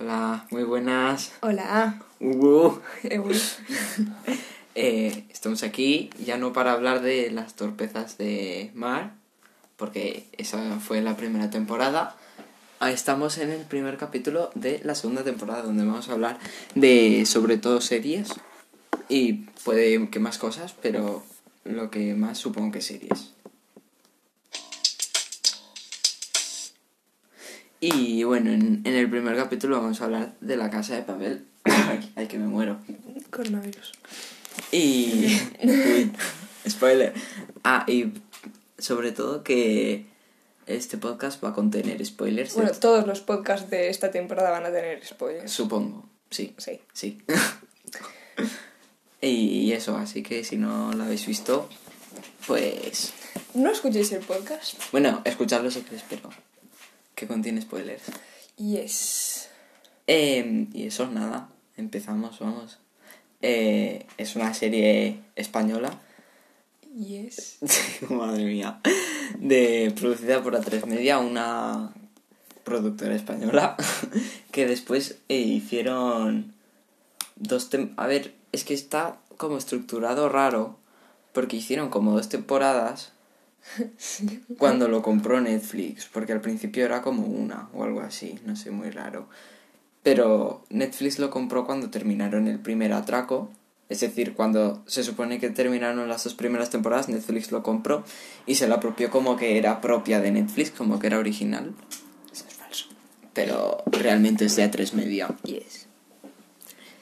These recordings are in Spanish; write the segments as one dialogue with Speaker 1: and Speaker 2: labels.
Speaker 1: Hola, muy buenas.
Speaker 2: Hola.
Speaker 1: Hugo.
Speaker 2: Eh, uy.
Speaker 1: Eh, estamos aquí ya no para hablar de las torpezas de Mar, porque esa fue la primera temporada. Ah, Estamos en el primer capítulo de la segunda temporada, donde vamos a hablar de sobre todo series y puede que más cosas, pero lo que más supongo que series. Y bueno, en, en el primer capítulo vamos a hablar de la casa de papel. Ay, ay, que me muero.
Speaker 2: Coronavirus.
Speaker 1: Y. Uy, spoiler. Ah, y sobre todo que este podcast va a contener spoilers. de-
Speaker 2: Bueno, todos los podcasts de esta temporada van a tener spoilers.
Speaker 1: Supongo, sí,
Speaker 2: Sí.
Speaker 1: sí. y eso, así que si no lo habéis visto, pues.
Speaker 2: No escuchéis el podcast.
Speaker 1: Bueno, escuchadlo si queréis, pero. Que contiene spoilers.
Speaker 2: Yes.
Speaker 1: Em, y eso, nada. Empezamos, vamos. Eh, es una serie española.
Speaker 2: Yes.
Speaker 1: Madre mía. De, producida por A3 Media, una productora española, que después eh, hicieron dos tem A ver, es que está como estructurado raro, porque hicieron como dos temporadas cuando lo compró Netflix, porque al principio era como una o algo así, no sé, muy raro. Pero Netflix lo compró cuando terminaron el primer atraco. Es decir, cuando se supone que terminaron las dos primeras temporadas, Netflix lo compró y se la apropió como que era propia de Netflix, como que era original.
Speaker 2: Eso es falso.
Speaker 1: Pero realmente es de A3 Media.
Speaker 2: Yes.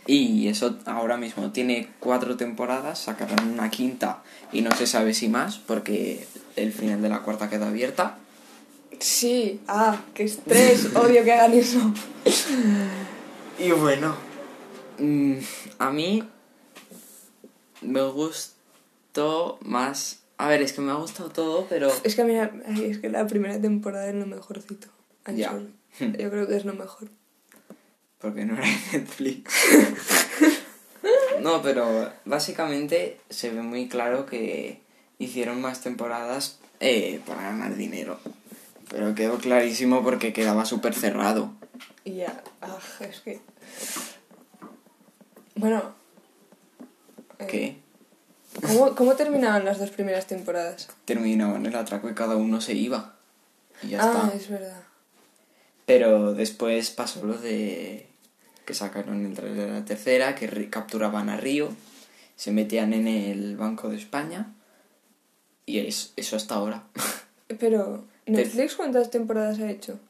Speaker 1: Y eso ahora mismo tiene cuatro temporadas, sacarán una quinta y no se sabe si más, porque el final de la cuarta queda abierta.
Speaker 2: Sí. Ah, qué estrés. Odio que hagan eso.
Speaker 1: Y bueno. mm, a mí me gustó más... A ver, es que me ha gustado todo, pero...
Speaker 2: Es que a mí, ay, es que la primera temporada es lo mejorcito. I'm
Speaker 1: Ya. Hmm.
Speaker 2: sorry. Yo creo que es lo mejor.
Speaker 1: Porque no era en Netflix. no, pero básicamente se ve muy claro que hicieron más temporadas eh, para ganar dinero. Pero quedó clarísimo porque quedaba súper cerrado.
Speaker 2: Y ya. Ah, es que. Bueno. eh,
Speaker 1: Que
Speaker 2: ¿Cómo, ¿Cómo terminaban las dos primeras temporadas?
Speaker 1: terminaban el atraco y cada uno se iba. Y ya
Speaker 2: ah,
Speaker 1: está.
Speaker 2: es verdad.
Speaker 1: Pero después pasó lo de que sacaron el trailer de la tercera, que ri- capturaban a Río, se metían en el Banco de España y es, eso hasta ahora.
Speaker 2: Pero, ¿Netflix cuántas temporadas ha hecho?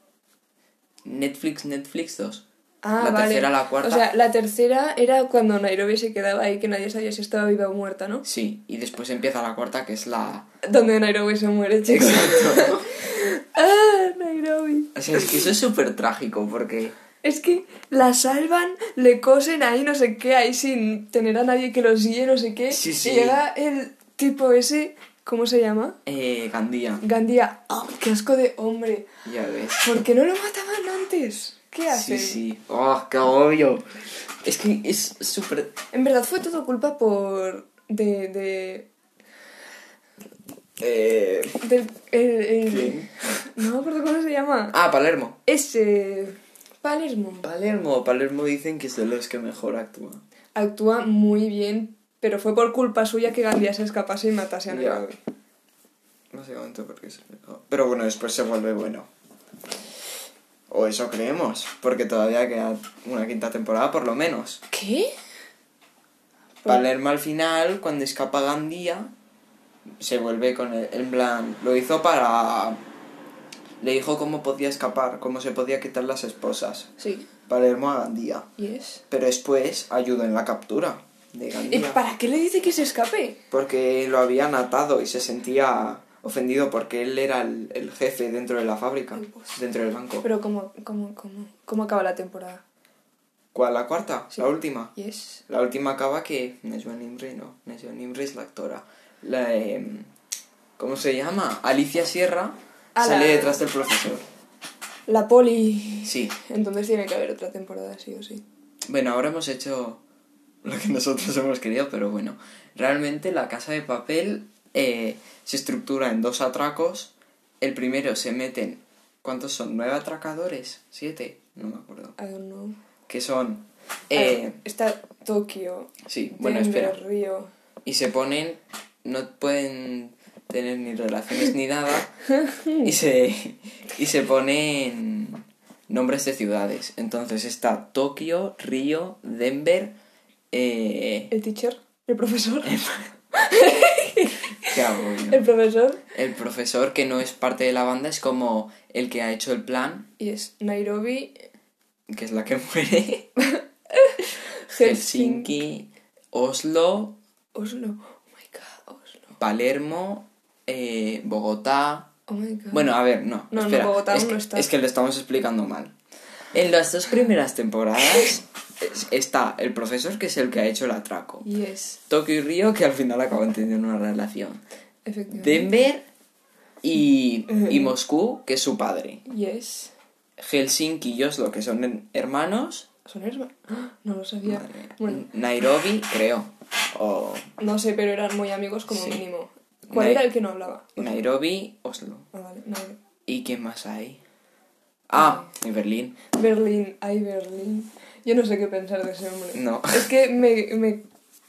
Speaker 1: Netflix, Netflix 2.
Speaker 2: Ah,
Speaker 1: La tercera, la cuarta.
Speaker 2: O sea, la tercera era cuando Nairobi se quedaba ahí, que nadie sabía si estaba viva o muerta, ¿no?
Speaker 1: Sí, y después empieza la cuarta que es la...
Speaker 2: Donde Nairobi se muere, chicos.
Speaker 1: Exacto.
Speaker 2: ¡Ah, Nairobi!
Speaker 1: o sea, es que eso es súper trágico porque...
Speaker 2: Es que la salvan, le cosen ahí no sé qué, ahí sin tener a nadie que los guíe, no sé qué.
Speaker 1: Sí, sí.
Speaker 2: Y llega el tipo ese, ¿cómo se llama?
Speaker 1: Eh, Gandía,
Speaker 2: Gandía. ¡Ah, qué asco de hombre!
Speaker 1: ya ves.
Speaker 2: ¿Por qué no lo mataban antes? ¿Qué
Speaker 1: Sí,
Speaker 2: hacen?
Speaker 1: sí. ¡Oh, qué obvio! Es que es súper...
Speaker 2: En verdad fue todo culpa por... de... de...
Speaker 1: Eh...
Speaker 2: del- el- el-
Speaker 1: ¿quién?
Speaker 2: No me acuerdo cómo se llama.
Speaker 1: Ah, Palermo.
Speaker 2: Ese. Palermo.
Speaker 1: Palermo, Palermo dicen que es de los que mejor actúa.
Speaker 2: Actúa muy bien, pero fue por culpa suya que Gandía se escapase y matase a
Speaker 1: Ya.
Speaker 2: Nairobi.
Speaker 1: Básicamente porque es el mejor. Pero bueno, después se vuelve bueno. O eso creemos, porque todavía queda una quinta temporada por lo menos.
Speaker 2: ¿Qué?
Speaker 1: Palermo al final, cuando escapa Gandía, se vuelve con el, en plan, lo hizo para... Le dijo cómo podía escapar, cómo se podía quitar las esposas.
Speaker 2: Sí.
Speaker 1: Palermo a Gandía.
Speaker 2: Yes.
Speaker 1: Pero después ayuda en la captura de
Speaker 2: ¿Y
Speaker 1: Gandía.
Speaker 2: para qué le dice que se escape?
Speaker 1: porque lo habían atado y se sentía ofendido porque él era el, el jefe dentro de la fábrica,
Speaker 2: El boss.
Speaker 1: dentro del banco.
Speaker 2: Pero ¿cómo, cómo, cómo, cómo acaba la temporada?
Speaker 1: ¿Cuál? ¿La cuarta? ¿La última?
Speaker 2: Yes.
Speaker 1: La última acaba que... Neswan Imri, no. Neswan Imri es la actora. La, em, ¿Cómo se llama? Alicia Sierra
Speaker 2: A
Speaker 1: sale
Speaker 2: la-
Speaker 1: detrás del profesor.
Speaker 2: La poli.
Speaker 1: Sí.
Speaker 2: Entonces tiene que haber otra temporada, sí o sí.
Speaker 1: Bueno, ahora hemos hecho lo que nosotros hemos querido, pero bueno, realmente la casa de papel eh, se estructura en dos atracos. El primero se meten, ¿cuántos son? ¿Nueve atracadores? ¿Siete? no me acuerdo.
Speaker 2: I don't know.
Speaker 1: Que son... eh,
Speaker 2: Ah, está Tokio.
Speaker 1: sí, bueno,
Speaker 2: Denver,
Speaker 1: espera.
Speaker 2: Río.
Speaker 1: Y se ponen, no pueden tener ni relaciones ni nada. Y se, y se ponen nombres de ciudades. Entonces está Tokio, Río, Denver. Eh,
Speaker 2: El teacher. El profesor.
Speaker 1: ¿Qué hago? yo?
Speaker 2: El profesor.
Speaker 1: El profesor que no es parte de la banda es como el que ha hecho el plan,
Speaker 2: Y es Nairobi.
Speaker 1: que es la que muere.
Speaker 2: Helsinki.
Speaker 1: Helsinki, Oslo,
Speaker 2: Oslo. Oh my god, Oslo.
Speaker 1: Palermo, eh, Bogotá.
Speaker 2: Oh my god.
Speaker 1: Bueno, a ver, no.
Speaker 2: No, no,
Speaker 1: espera.
Speaker 2: Bogotá
Speaker 1: es,
Speaker 2: aún
Speaker 1: que,
Speaker 2: no está.
Speaker 1: es que lo estamos explicando mal. En las dos primeras temporadas es- está el profesor, que es el que ha hecho el atraco.
Speaker 2: Yes.
Speaker 1: Tokio y Río, que al final acaban teniendo una relación.
Speaker 2: Efectivamente.
Speaker 1: Denver y, y Moscú, que es su padre.
Speaker 2: Yes.
Speaker 1: Helsinki y Oslo, que son en- hermanos.
Speaker 2: ¿Son hermanos? ¡Ah! No lo sabía.
Speaker 1: Madre.
Speaker 2: Bueno,
Speaker 1: Nairobi, creo. O
Speaker 2: no sé, pero eran muy amigos como
Speaker 1: Sí.
Speaker 2: mínimo. ¿Cuál
Speaker 1: Nai-
Speaker 2: era el que no hablaba?
Speaker 1: Nairobi, Oslo.
Speaker 2: Ah, vale, Nairobi.
Speaker 1: ¿Y quién más hay? Ah, y Berlín.
Speaker 2: Berlín, ay Berlín. Yo no sé qué pensar de ese hombre.
Speaker 1: No.
Speaker 2: Es que me, me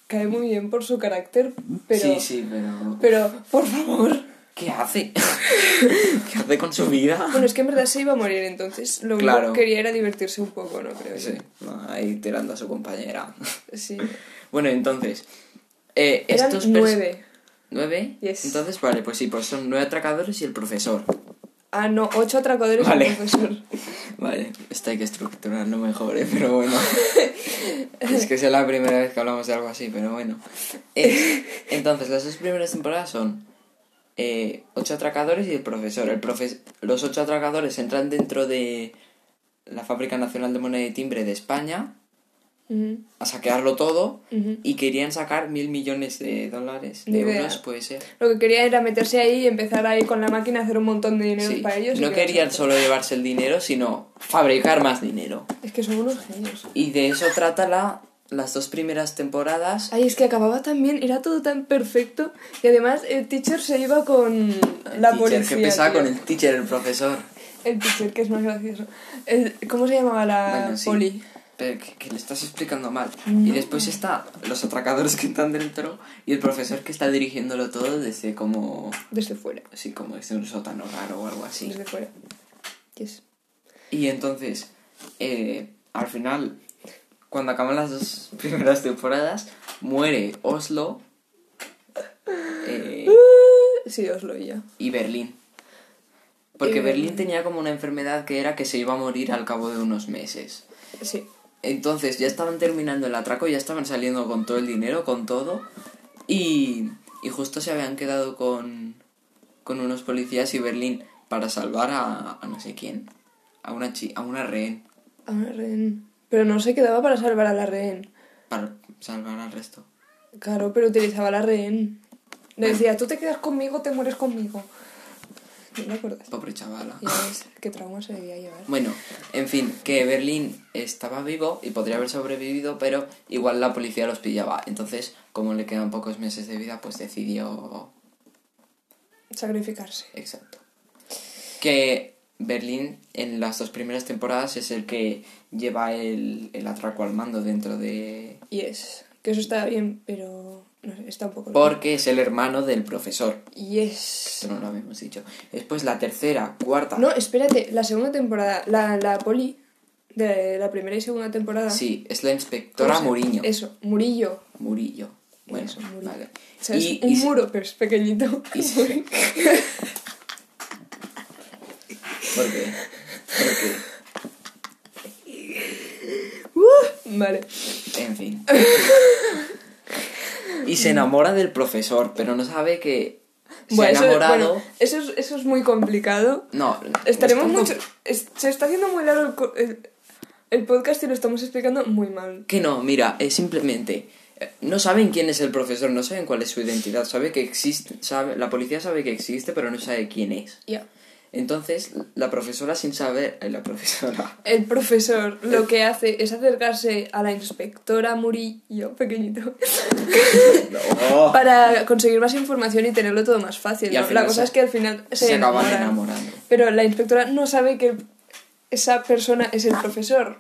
Speaker 2: cae muy bien por su carácter, pero.
Speaker 1: sí, sí, pero...
Speaker 2: Pero, por favor.
Speaker 1: ¿Qué hace? ¿Qué hace con su vida?
Speaker 2: Bueno, es que en verdad se iba a morir, entonces lo único
Speaker 1: Claro.
Speaker 2: que quería era divertirse un poco, ¿no? Creo yo.
Speaker 1: Sí, no, ahí tirando a su compañera.
Speaker 2: Sí.
Speaker 1: Bueno, entonces... eh,
Speaker 2: Eran
Speaker 1: estos pers-
Speaker 2: nueve.
Speaker 1: ¿Nueve?
Speaker 2: Yes.
Speaker 1: Entonces, vale, pues sí, pues son nueve atracadores y el profesor.
Speaker 2: Ah, no, ocho atracadores y
Speaker 1: Vale.
Speaker 2: un profesor.
Speaker 1: Vale, esto hay que estructurarlo mejor, ¿eh? pero bueno. es que es la primera vez que hablamos de algo así, pero bueno. Eh, entonces, las dos primeras temporadas son eh, ocho atracadores y el profesor. El profes los ocho atracadores entran dentro de la Fábrica Nacional de Moneda y Timbre de España
Speaker 2: Ujú,
Speaker 1: a saquearlo todo
Speaker 2: ujú.
Speaker 1: y querían sacar mil millones de dólares,
Speaker 2: Ni
Speaker 1: de
Speaker 2: idea.
Speaker 1: euros, puede ser.
Speaker 2: Lo que quería era meterse ahí y empezar ahí con la máquina a hacer un montón de dinero
Speaker 1: Sí.
Speaker 2: para ellos. y
Speaker 1: No
Speaker 2: que-
Speaker 1: querían solo llevarse el dinero, sino fabricar más dinero.
Speaker 2: Es que son unos genios.
Speaker 1: Y de eso trata la, las dos primeras temporadas.
Speaker 2: Ay, es que acababa tan bien, era todo tan perfecto. Y además el teacher se iba con
Speaker 1: El
Speaker 2: la
Speaker 1: teacher,
Speaker 2: policía.
Speaker 1: que empezaba
Speaker 2: tío.
Speaker 1: con el teacher, el profesor.
Speaker 2: El teacher, que es más gracioso. El- ¿Cómo se llamaba la
Speaker 1: Bueno, sí.
Speaker 2: poli?
Speaker 1: Pero que, que le estás explicando mal. Y después está los atracadores que están dentro y el profesor que está dirigiéndolo todo desde como...
Speaker 2: Desde fuera.
Speaker 1: Sí, como desde un sótano raro o algo así.
Speaker 2: Desde fuera. Yes.
Speaker 1: Y entonces, eh, al final, cuando acaban las dos primeras temporadas, muere Oslo eh,
Speaker 2: Sí, os lo oía.
Speaker 1: y Berlín. Porque
Speaker 2: Y
Speaker 1: Berlín tenía como una enfermedad que era que se iba a morir al cabo de unos meses.
Speaker 2: Sí.
Speaker 1: Entonces ya estaban terminando el atraco, ya estaban saliendo con todo el dinero, con todo. Y, y justo se habían quedado con, con unos policías y Berlín para salvar a, a no sé quién. A una, chi- a una rehén.
Speaker 2: A una Ah, rehén. Pero no se quedaba para salvar a la rehén.
Speaker 1: Para salvar al resto.
Speaker 2: Claro, pero utilizaba la rehén. Le decía, tú te quedas conmigo, te mueres conmigo. ¿No te acuerdas?
Speaker 1: Pobre chavala.
Speaker 2: Ya ves, qué trauma se debía llevar.
Speaker 1: Bueno, en fin, que Berlín estaba vivo y podría haber sobrevivido, pero igual la policía los pillaba. Entonces, como le quedan pocos meses de vida, pues decidió...
Speaker 2: Sacrificarse.
Speaker 1: Exacto. Que Berlín en las dos primeras temporadas es el que lleva el, el atraco al mando dentro de...
Speaker 2: Yes. Que eso está bien, pero. No sé, está un poco.
Speaker 1: Porque es el hermano del profesor.
Speaker 2: Yes.
Speaker 1: Eso no lo habíamos dicho. Después la tercera, cuarta...
Speaker 2: No, espérate, la segunda temporada, la, la poli de la primera y segunda temporada.
Speaker 1: Sí, es la
Speaker 2: ¿cómo
Speaker 1: inspectora
Speaker 2: se-
Speaker 1: Muriño.
Speaker 2: Eso, Murillo.
Speaker 1: Murillo. Bueno,
Speaker 2: Pues Eso, Murillo.
Speaker 1: vale.
Speaker 2: O sea,
Speaker 1: Y-
Speaker 2: es un
Speaker 1: y-
Speaker 2: muro, pero es pequeñito.
Speaker 1: ¿Por qué? ¿Por
Speaker 2: vale.
Speaker 1: qué? En fin. Y se enamora del profesor, pero no sabe que se
Speaker 2: Bueno,
Speaker 1: ha
Speaker 2: eso,
Speaker 1: enamorado.
Speaker 2: bueno, eso, es, eso es muy complicado.
Speaker 1: No, pues,
Speaker 2: Estaremos
Speaker 1: está
Speaker 2: mucho.
Speaker 1: com-
Speaker 2: es- se está haciendo muy largo el, co- el- el podcast y lo estamos explicando muy mal.
Speaker 1: Que no, mira, es simplemente. eh, No saben quién es el profesor, no saben cuál es su identidad. Sabe que existe. Sabe, la policía sabe que existe, pero no sabe quién es.
Speaker 2: Ya.
Speaker 1: Entonces, la profesora sin saber. eh, La profesora.
Speaker 2: El profesor lo
Speaker 1: Eh.
Speaker 2: que hace es acercarse a la inspectora Murillo, pequeñito,
Speaker 1: No.
Speaker 2: para conseguir más información y tenerlo todo más fácil.
Speaker 1: Y al
Speaker 2: ¿no?
Speaker 1: final
Speaker 2: La cosa
Speaker 1: se-
Speaker 2: es que al final se,
Speaker 1: se acaban
Speaker 2: enamoran.
Speaker 1: enamorando.
Speaker 2: Pero la inspectora no sabe que el esa persona es el profesor.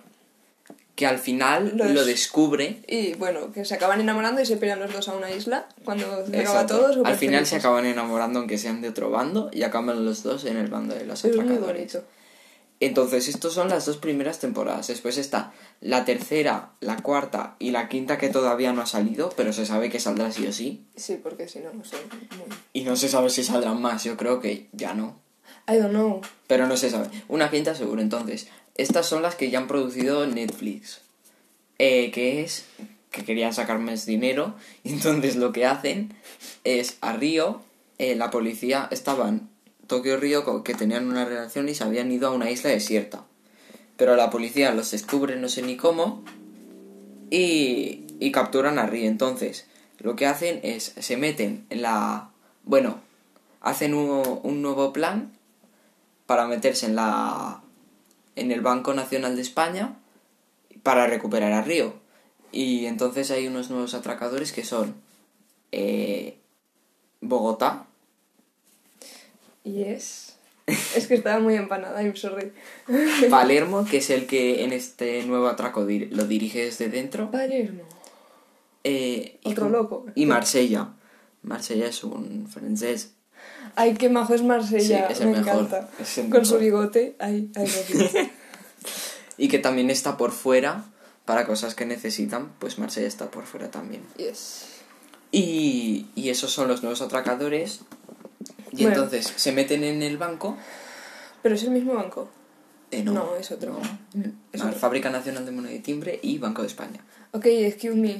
Speaker 1: que al final
Speaker 2: Los-
Speaker 1: lo descubre.
Speaker 2: Y bueno, que se acaban enamorando y se pelean los dos a una isla. Cuando se acaba
Speaker 1: Exacto.
Speaker 2: todo,
Speaker 1: al
Speaker 2: súper
Speaker 1: final se
Speaker 2: felices.
Speaker 1: acaban enamorando aunque sean de otro bando y acaban los dos en el bando de los
Speaker 2: Eso es muy
Speaker 1: atracadores.
Speaker 2: bonito.
Speaker 1: Entonces, estas son las dos primeras temporadas. Después está la tercera, la cuarta y la quinta que todavía no ha salido, pero se sabe que saldrá sí o sí.
Speaker 2: Sí, porque si no, no sé. muy-
Speaker 1: Y no se sabe si saldrán más, yo creo que ya no.
Speaker 2: I don't know.
Speaker 1: Pero no se sabe. Una quinta seguro. Entonces, estas son las que ya han producido Netflix. Eh, que es que querían sacar más dinero. Y entonces lo que hacen es a Río, eh, la policía estaban Tokio y Río co- que tenían una relación y se habían ido a una isla desierta. Pero la policía los descubre no sé ni cómo y, y capturan a Río. Entonces, lo que hacen es se meten en la... Bueno, hacen un- un nuevo plan para meterse en la en el Banco Nacional de España para recuperar a Río. Y entonces hay unos nuevos atracadores que son eh, Bogotá,
Speaker 2: Y es. Es que estaba muy empanada, I'm sorry.
Speaker 1: Palermo, que es el que en este nuevo atraco dir- lo dirige desde dentro,
Speaker 2: Palermo.
Speaker 1: eh, y,
Speaker 2: Otro
Speaker 1: con-
Speaker 2: loco.
Speaker 1: y Marsella. Marsella es un francés.
Speaker 2: Ay, qué majo es Marsella.
Speaker 1: Sí, es el
Speaker 2: me
Speaker 1: mejor,
Speaker 2: encanta.
Speaker 1: es el
Speaker 2: Con
Speaker 1: mejor.
Speaker 2: su bigote. Ay, ay, ay.
Speaker 1: Y que también está por fuera para cosas que necesitan, pues Marsella está por fuera también.
Speaker 2: yes.
Speaker 1: Y, y esos son los nuevos atracadores. Y
Speaker 2: Bueno.
Speaker 1: entonces se meten en el banco.
Speaker 2: Pero es el mismo banco.
Speaker 1: Eh, no,
Speaker 2: No, es otro. Es
Speaker 1: La
Speaker 2: otro.
Speaker 1: Ah, Fábrica Nacional de Moneda y Timbre y Banco de España.
Speaker 2: Ok, excuse me.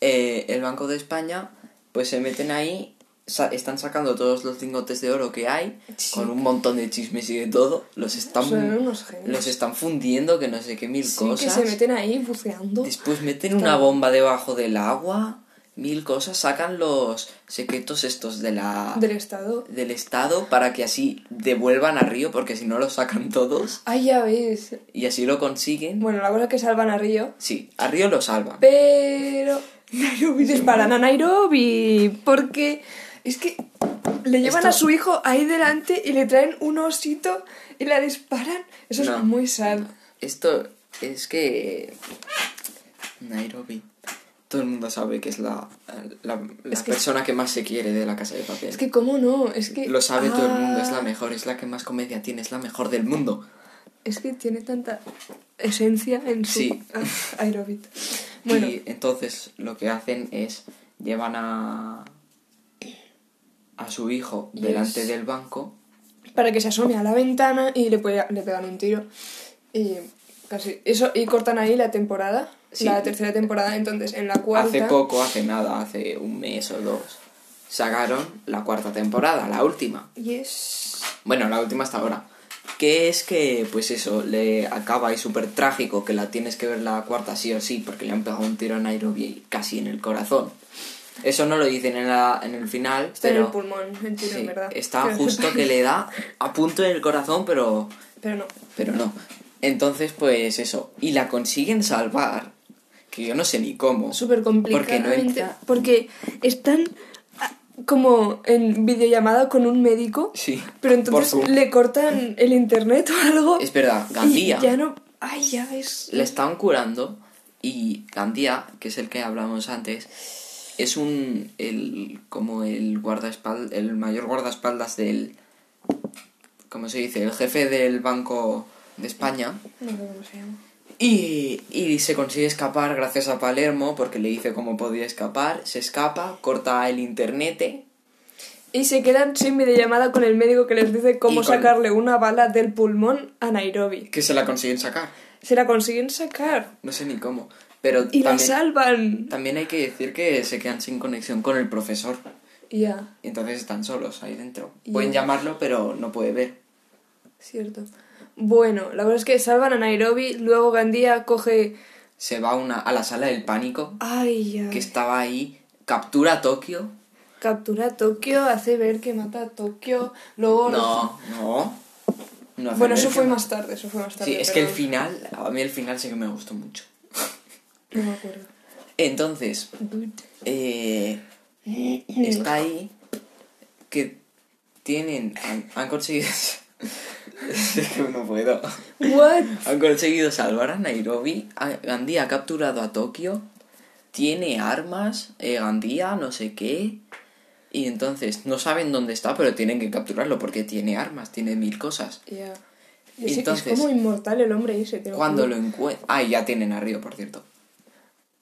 Speaker 1: Eh, el Banco de España, pues se meten ahí, sa- están sacando todos los lingotes de oro que hay,
Speaker 2: Sí.
Speaker 1: con un montón de chismes y de todo. Los están,
Speaker 2: Son unos genios.
Speaker 1: los están fundiendo, que no sé qué mil
Speaker 2: Sí,
Speaker 1: cosas.
Speaker 2: que se meten ahí buceando.
Speaker 1: Después meten
Speaker 2: Está-
Speaker 1: una bomba debajo del agua, mil cosas. Sacan los secretos estos de la...
Speaker 2: Del estado.
Speaker 1: del Estado para que así devuelvan a Río, porque si no lo sacan todos
Speaker 2: Ay, ya ves.
Speaker 1: y así lo consiguen.
Speaker 2: Bueno, la cosa es que salvan a Río.
Speaker 1: Sí, a Río lo salvan.
Speaker 2: Pero. Disparan a Nairobi. Porque. Es que. Le llevan
Speaker 1: Esto-
Speaker 2: a su hijo ahí delante y le traen un osito y la disparan. Eso
Speaker 1: No.
Speaker 2: es muy sad.
Speaker 1: Esto es que. Nairobi. Todo el mundo sabe que es la, la, la
Speaker 2: Es que-
Speaker 1: persona que más se quiere de la casa de papel.
Speaker 2: Es que, ¿cómo no? Es que.
Speaker 1: Lo sabe todo el mundo, es
Speaker 2: Ah,
Speaker 1: la mejor, es la que más comedia tiene, es la mejor del mundo.
Speaker 2: Es que tiene tanta esencia en su.
Speaker 1: Sí.
Speaker 2: Ah, Aerobit. Bueno,
Speaker 1: Y entonces lo que hacen es llevan a a su hijo
Speaker 2: Y
Speaker 1: delante
Speaker 2: es-
Speaker 1: del banco
Speaker 2: para que se asome a la ventana y le, pega- le pegan un tiro. Y casi. Eso, y cortan ahí la temporada.
Speaker 1: Sí.
Speaker 2: La tercera temporada, entonces en la cuarta.
Speaker 1: Hace poco, hace nada, hace un mes o dos, sacaron la cuarta temporada, la última.
Speaker 2: Y es.
Speaker 1: Bueno, la última hasta ahora. Que es que, pues eso, le acaba ahí súper trágico, que la tienes que ver la cuarta sí o sí, porque le han pegado un tiro a Nairobi casi en el corazón. Eso no lo dicen en, la, en el final,
Speaker 2: Está en
Speaker 1: pero
Speaker 2: el pulmón, el tiro,
Speaker 1: sí,
Speaker 2: en verdad.
Speaker 1: está
Speaker 2: Pero-
Speaker 1: justo que le da a punto en el corazón, pero
Speaker 2: Pero no.
Speaker 1: pero no. Entonces, pues eso. Y la consiguen salvar. Que yo no sé ni cómo.
Speaker 2: Súper
Speaker 1: Porque no
Speaker 2: complicadamente.
Speaker 1: entra.
Speaker 2: Porque están ah, como en videollamada con un médico.
Speaker 1: Sí.
Speaker 2: Pero
Speaker 1: por
Speaker 2: entonces
Speaker 1: Zoom.
Speaker 2: le cortan el internet o algo.
Speaker 1: Es verdad,
Speaker 2: y
Speaker 1: Gandía.
Speaker 2: Ya no. Ay, ya ves.
Speaker 1: La estaban curando. Y Gandía, que es el que hablamos antes, es un. El, como el guardaespaldas. El mayor guardaespaldas del. ¿Cómo se dice? El jefe del Banco de España.
Speaker 2: No sé cómo se llama.
Speaker 1: Y, y se consigue escapar gracias a Palermo porque le dice cómo podía escapar. Se escapa, corta el internet.
Speaker 2: Y se quedan sin videollamada con el médico que les dice cómo
Speaker 1: Y con-
Speaker 2: sacarle una bala del pulmón a Nairobi.
Speaker 1: que se la consiguen sacar.
Speaker 2: Se la consiguen sacar.
Speaker 1: No sé ni cómo. Pero
Speaker 2: Y la
Speaker 1: también,
Speaker 2: salvan.
Speaker 1: también hay que decir que se quedan sin conexión con el profesor.
Speaker 2: Ya,
Speaker 1: Y entonces están solos ahí dentro.
Speaker 2: Ya.
Speaker 1: Pueden llamarlo, pero no puede ver.
Speaker 2: cierto. Bueno, la verdad es que salvan a Nairobi, luego Gandía coge...
Speaker 1: Se va a una, a la sala del pánico,
Speaker 2: Ay, ya.
Speaker 1: que estaba ahí, captura a Tokio.
Speaker 2: Captura a Tokio, hace ver que mata a Tokio, luego...
Speaker 1: No, no. No hace
Speaker 2: Bueno,
Speaker 1: ver
Speaker 2: eso
Speaker 1: que
Speaker 2: fue
Speaker 1: no.
Speaker 2: más tarde, eso fue más tarde.
Speaker 1: Sí, es que el
Speaker 2: perdón.
Speaker 1: final, a mí el final sí que me gustó mucho.
Speaker 2: No me acuerdo.
Speaker 1: Entonces,
Speaker 2: Dude.
Speaker 1: eh, está ahí que tienen, han, han conseguido es que no puedo.
Speaker 2: What?
Speaker 1: Han conseguido salvar a Nairobi. a- Gandhi ha capturado a Tokio. Tiene armas. eh, Gandía, no sé qué. Y entonces no saben dónde está, pero tienen que capturarlo porque tiene armas, tiene mil cosas.
Speaker 2: Ya. Y ese-
Speaker 1: Entonces-
Speaker 2: es como inmortal el hombre ese, te lo
Speaker 1: Cuando
Speaker 2: juro.
Speaker 1: lo encuentran. Ah, y ya tienen a Río, por cierto.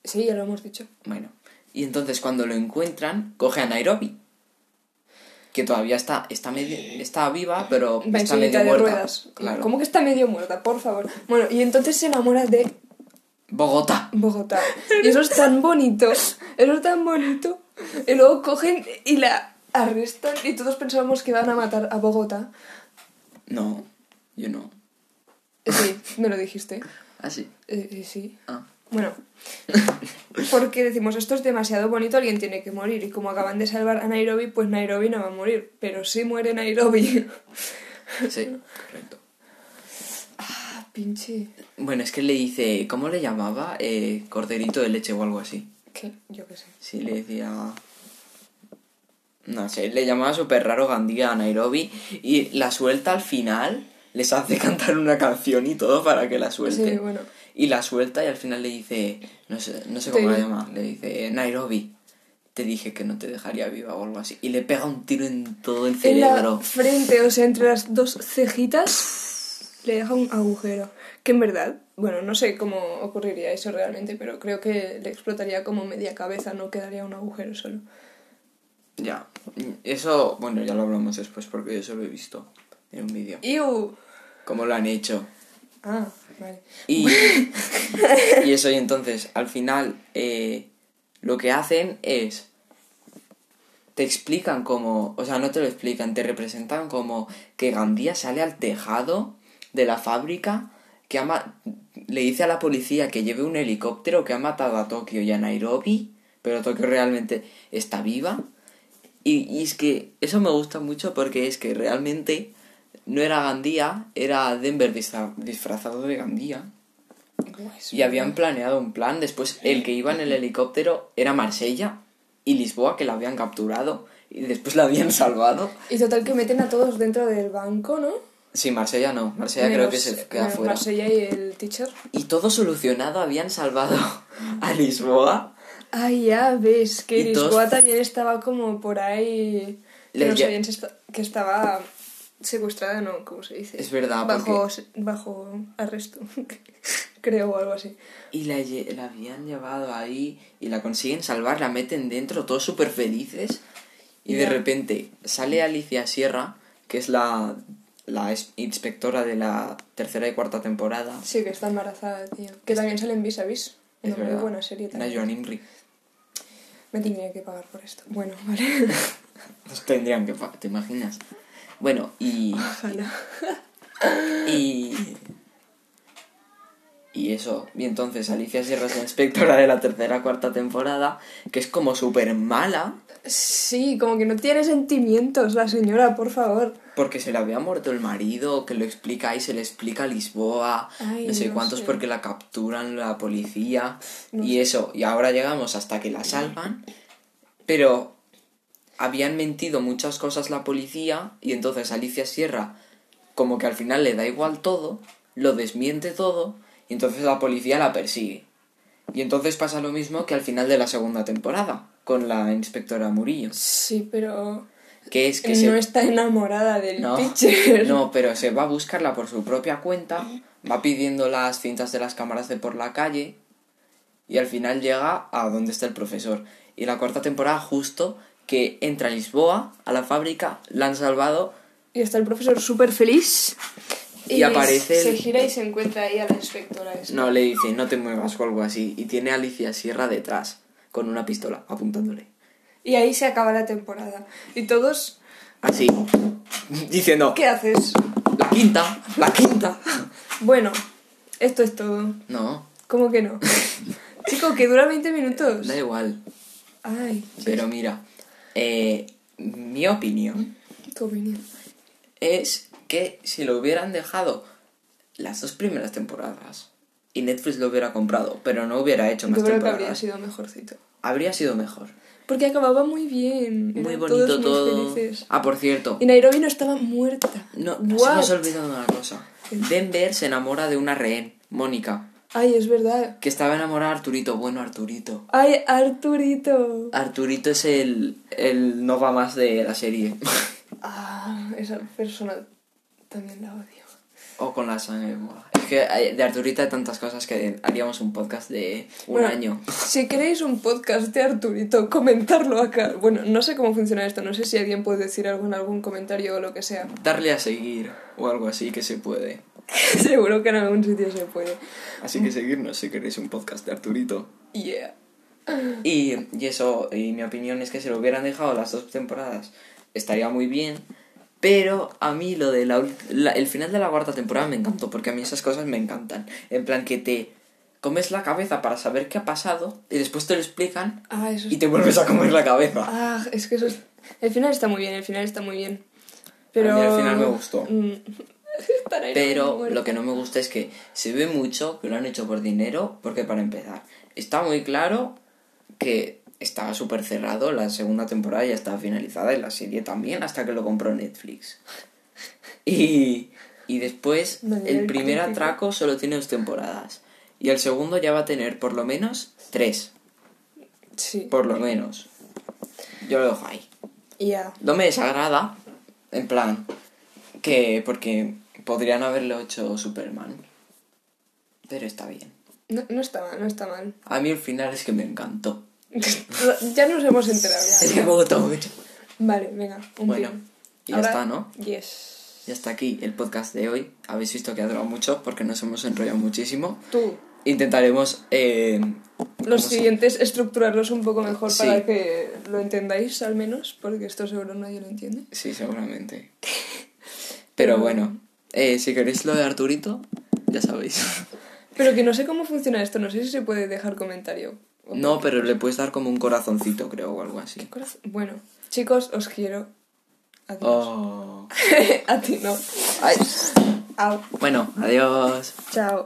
Speaker 2: Sí, ya lo hemos dicho.
Speaker 1: Bueno. Y entonces cuando lo encuentran, coge a Nairobi. Que todavía está, está, medio, está viva, pero
Speaker 2: Va en
Speaker 1: está medio
Speaker 2: sillita de
Speaker 1: muerta.
Speaker 2: ruedas.
Speaker 1: Claro.
Speaker 2: ¿Cómo que está medio muerta? Por favor. Bueno, y entonces se enamora de
Speaker 1: Bogotá.
Speaker 2: Bogotá. Y eso es tan bonito. Eso es tan bonito. Y luego cogen y la arrestan y todos pensábamos que van a matar a Bogotá.
Speaker 1: No, yo no.
Speaker 2: Eh, Sí, me lo dijiste.
Speaker 1: Así.
Speaker 2: Eh, eh, sí.
Speaker 1: Ah.
Speaker 2: Bueno, porque decimos esto es demasiado bonito, alguien tiene que morir. Y como acaban de salvar a Nairobi, pues Nairobi no va a morir. Pero sí muere Nairobi.
Speaker 1: Sí, correcto.
Speaker 2: ah, pinche.
Speaker 1: Bueno, es que le dice, ¿cómo le llamaba? Eh, corderito de leche o algo así.
Speaker 2: ¿Qué? Yo qué sé.
Speaker 1: Sí, le decía... No sé, le llamaba súper raro Gandía a Nairobi y la suelta al final, les hace cantar una canción y todo para que la suelte.
Speaker 2: Sí, bueno.
Speaker 1: Y la suelta y al final le dice, no sé, no sé cómo
Speaker 2: Te-
Speaker 1: la llama, le dice, Nairobi, te dije que no te dejaría viva o algo así. Y le pega un tiro en todo el
Speaker 2: En la
Speaker 1: cerebro.
Speaker 2: frente, o sea, entre las dos cejitas, le deja un agujero. Que en verdad, bueno, no sé cómo ocurriría eso realmente, pero creo que le explotaría como media cabeza, no quedaría un agujero solo.
Speaker 1: Ya, eso, bueno, ya lo hablamos después porque yo eso lo he visto en un vídeo.
Speaker 2: ¡Iu!
Speaker 1: Cómo lo han hecho.
Speaker 2: Ah, vale.
Speaker 1: Y, y eso, y entonces, al final, eh, lo que hacen es. Te explican como. O sea, no te lo explican, te representan como que Gandía sale al tejado de la fábrica, que ha ma- le dice a la policía que lleve un helicóptero que ha matado a Tokio y a Nairobi, pero Tokio realmente está viva. Y, y es que eso me gusta mucho porque es que realmente no era Gandía, era Denver disfra- disfrazado de Gandía. Y habían planeado un plan. Después el que iba en el helicóptero era Marsella y Lisboa, que la habían capturado y después la habían salvado.
Speaker 2: Y total que meten a todos dentro del banco, ¿no?
Speaker 1: Sí, Marsella no. Marsella creo que se queda
Speaker 2: menos
Speaker 1: fuera.
Speaker 2: Marsella y el teacher.
Speaker 1: Y todo solucionado, habían salvado a Lisboa.
Speaker 2: Ay, ya ves, que
Speaker 1: Y todos-
Speaker 2: Lisboa también estaba como por ahí. que
Speaker 1: Les
Speaker 2: no
Speaker 1: lle-
Speaker 2: sabían si esta- que estaba secuestrada, ¿no? ¿Cómo se dice?
Speaker 1: Es verdad,
Speaker 2: Bajo,
Speaker 1: porque-
Speaker 2: se- bajo arresto, creo, o algo así.
Speaker 1: Y la, lle- la habían llevado ahí y la consiguen salvar, la meten dentro, todos súper felices. Y de
Speaker 2: Ya.
Speaker 1: repente sale Alicia Sierra, que es la, la es- inspectora de la tercera y cuarta temporada.
Speaker 2: Sí, que está embarazada, tío. Que también salen vis a vis.
Speaker 1: Es
Speaker 2: Una muy
Speaker 1: verdad.
Speaker 2: buena serie
Speaker 1: Era
Speaker 2: también.
Speaker 1: Joan Imri.
Speaker 2: Me tendría que pagar por esto. Bueno, vale.
Speaker 1: Nos tendrían que... pa- ¿Te imaginas? Bueno, y...
Speaker 2: Ojalá.
Speaker 1: Y... Y eso. Y entonces Alicia Sierra es la inspectora de la tercera cuarta temporada, que es como súper mala,
Speaker 2: Sí, como que no tiene sentimientos la señora, por favor.
Speaker 1: porque se le había muerto el marido, que lo explica y se le explica a Lisboa,
Speaker 2: Ay,
Speaker 1: no sé
Speaker 2: no
Speaker 1: cuántos,
Speaker 2: sé.
Speaker 1: porque la capturan la policía, y eso. Y ahora llegamos hasta que la salvan, pero habían mentido muchas cosas la policía y entonces Alicia Sierra como que al final le da igual todo, lo desmiente todo y entonces la policía la persigue. Y entonces pasa lo mismo que al final de la segunda temporada con la inspectora Murillo,
Speaker 2: Sí, pero
Speaker 1: que es que
Speaker 2: Eh, no
Speaker 1: se
Speaker 2: está enamorada del
Speaker 1: no,
Speaker 2: teacher.
Speaker 1: no, pero se va a buscarla por su propia cuenta, va pidiendo las cintas de las cámaras de por la calle y al final llega a donde está el profesor. Y la cuarta temporada justo que entra a Lisboa, a la fábrica, la han salvado
Speaker 2: Y está el profesor súper feliz.
Speaker 1: Y aparece
Speaker 2: Se
Speaker 1: el-
Speaker 2: gira y se encuentra ahí a la inspectora. esa.
Speaker 1: No, le dice, no te muevas o algo así. Y tiene a Alicia Sierra detrás, con una pistola, apuntándole.
Speaker 2: Y ahí se acaba la temporada. Y todos,
Speaker 1: Así, diciendo,
Speaker 2: ¿qué haces?
Speaker 1: la quinta, la quinta.
Speaker 2: Bueno, esto es todo.
Speaker 1: No,
Speaker 2: ¿Cómo que no? Chico, que dura 20 minutos.
Speaker 1: da igual.
Speaker 2: Ay,
Speaker 1: Pero mira, eh, mi opinión
Speaker 2: tu opinión.
Speaker 1: es que si lo hubieran dejado las dos primeras temporadas y Netflix lo hubiera comprado, pero no hubiera hecho más
Speaker 2: Yo creo que
Speaker 1: temporadas.
Speaker 2: habría sido mejorcito.
Speaker 1: Habría sido mejor.
Speaker 2: Porque acababa muy bien.
Speaker 1: Muy
Speaker 2: eran
Speaker 1: bonito
Speaker 2: todos muy
Speaker 1: todo.
Speaker 2: felices.
Speaker 1: Ah, por cierto.
Speaker 2: Y Nairobi no estaba muerta.
Speaker 1: No, se
Speaker 2: What?
Speaker 1: nos ha olvidado una cosa. Denver se enamora de una rehén, Mónica,
Speaker 2: Ay, es verdad.
Speaker 1: que estaba enamorada de Arturito. Bueno, Arturito.
Speaker 2: Ay, Arturito.
Speaker 1: Arturito es el, el no va más de la serie.
Speaker 2: Ah, esa persona también la odio.
Speaker 1: o con la sangre. buah. Es que hay- de Arturito hay tantas cosas que haríamos un podcast de un
Speaker 2: Bueno,
Speaker 1: año.
Speaker 2: Si queréis un podcast de Arturito, comentarlo acá. Bueno, no sé cómo funciona esto, no sé si alguien puede decir algo en algún comentario o lo que sea.
Speaker 1: Darle a seguir o algo así que se puede.
Speaker 2: Seguro que en algún sitio se puede.
Speaker 1: Así que seguirnos si queréis un podcast de Arturito.
Speaker 2: Yeah.
Speaker 1: Y, y eso, y mi opinión es que se lo hubieran dejado las dos temporadas. Estaría muy bien. Pero a mí lo de la, ul- la- el final de la cuarta temporada me encantó, porque a mí esas cosas me encantan. En plan que te comes la cabeza para saber qué ha pasado y después te lo explican
Speaker 2: Ah, eso
Speaker 1: y
Speaker 2: es...
Speaker 1: te vuelves a comer la cabeza.
Speaker 2: Ah, es que eso es... El final está muy bien, el final está muy bien. Pero...
Speaker 1: A mí el final me gustó.
Speaker 2: Mm. Está Nairobi
Speaker 1: Pero
Speaker 2: muerta.
Speaker 1: lo que no me gusta es que se ve mucho que lo han hecho por dinero, porque para empezar, está muy claro que estaba súper cerrado, la segunda temporada ya estaba finalizada y la serie también, hasta que lo compró Netflix. Y, y después,
Speaker 2: Me duele
Speaker 1: el
Speaker 2: el
Speaker 1: primer
Speaker 2: culo.
Speaker 1: atraco solo tiene dos temporadas, y el segundo ya va a tener por lo menos tres,
Speaker 2: Sí.
Speaker 1: por lo menos. Yo lo dejo ahí.
Speaker 2: Ya.
Speaker 1: No me desagrada, en plan, que porque podrían haberlo hecho Superman. Pero está bien.
Speaker 2: No, no está mal, no está mal.
Speaker 1: A mí el final es que me encantó.
Speaker 2: ya nos hemos enterado. Ah, ya.
Speaker 1: Es que me gustó mucho.
Speaker 2: Vale, venga. Un
Speaker 1: Bueno,
Speaker 2: pin.
Speaker 1: y ya está, ¿no?
Speaker 2: Yes.
Speaker 1: Y hasta aquí el podcast de hoy. Habéis visto que ha durado mucho porque nos hemos enrollado muchísimo.
Speaker 2: Tú.
Speaker 1: Intentaremos... eh,
Speaker 2: Los
Speaker 1: sé.
Speaker 2: siguientes, estructurarlos un poco mejor
Speaker 1: Sí.
Speaker 2: para que lo entendáis, al menos, porque esto seguro nadie lo entiende.
Speaker 1: sí, seguramente.
Speaker 2: Mm.
Speaker 1: Pero bueno, eh, si queréis lo de Arturito, ya sabéis.
Speaker 2: Pero que no sé cómo funciona esto, no sé si se puede dejar comentario. O-
Speaker 1: No, pero le puedes dar como un corazoncito, creo, o algo así.
Speaker 2: Corazón. Bueno, chicos, os quiero. Adiós.
Speaker 1: Oh.
Speaker 2: A ti no.
Speaker 1: Ay.
Speaker 2: Au.
Speaker 1: Bueno, adiós.
Speaker 2: Chao.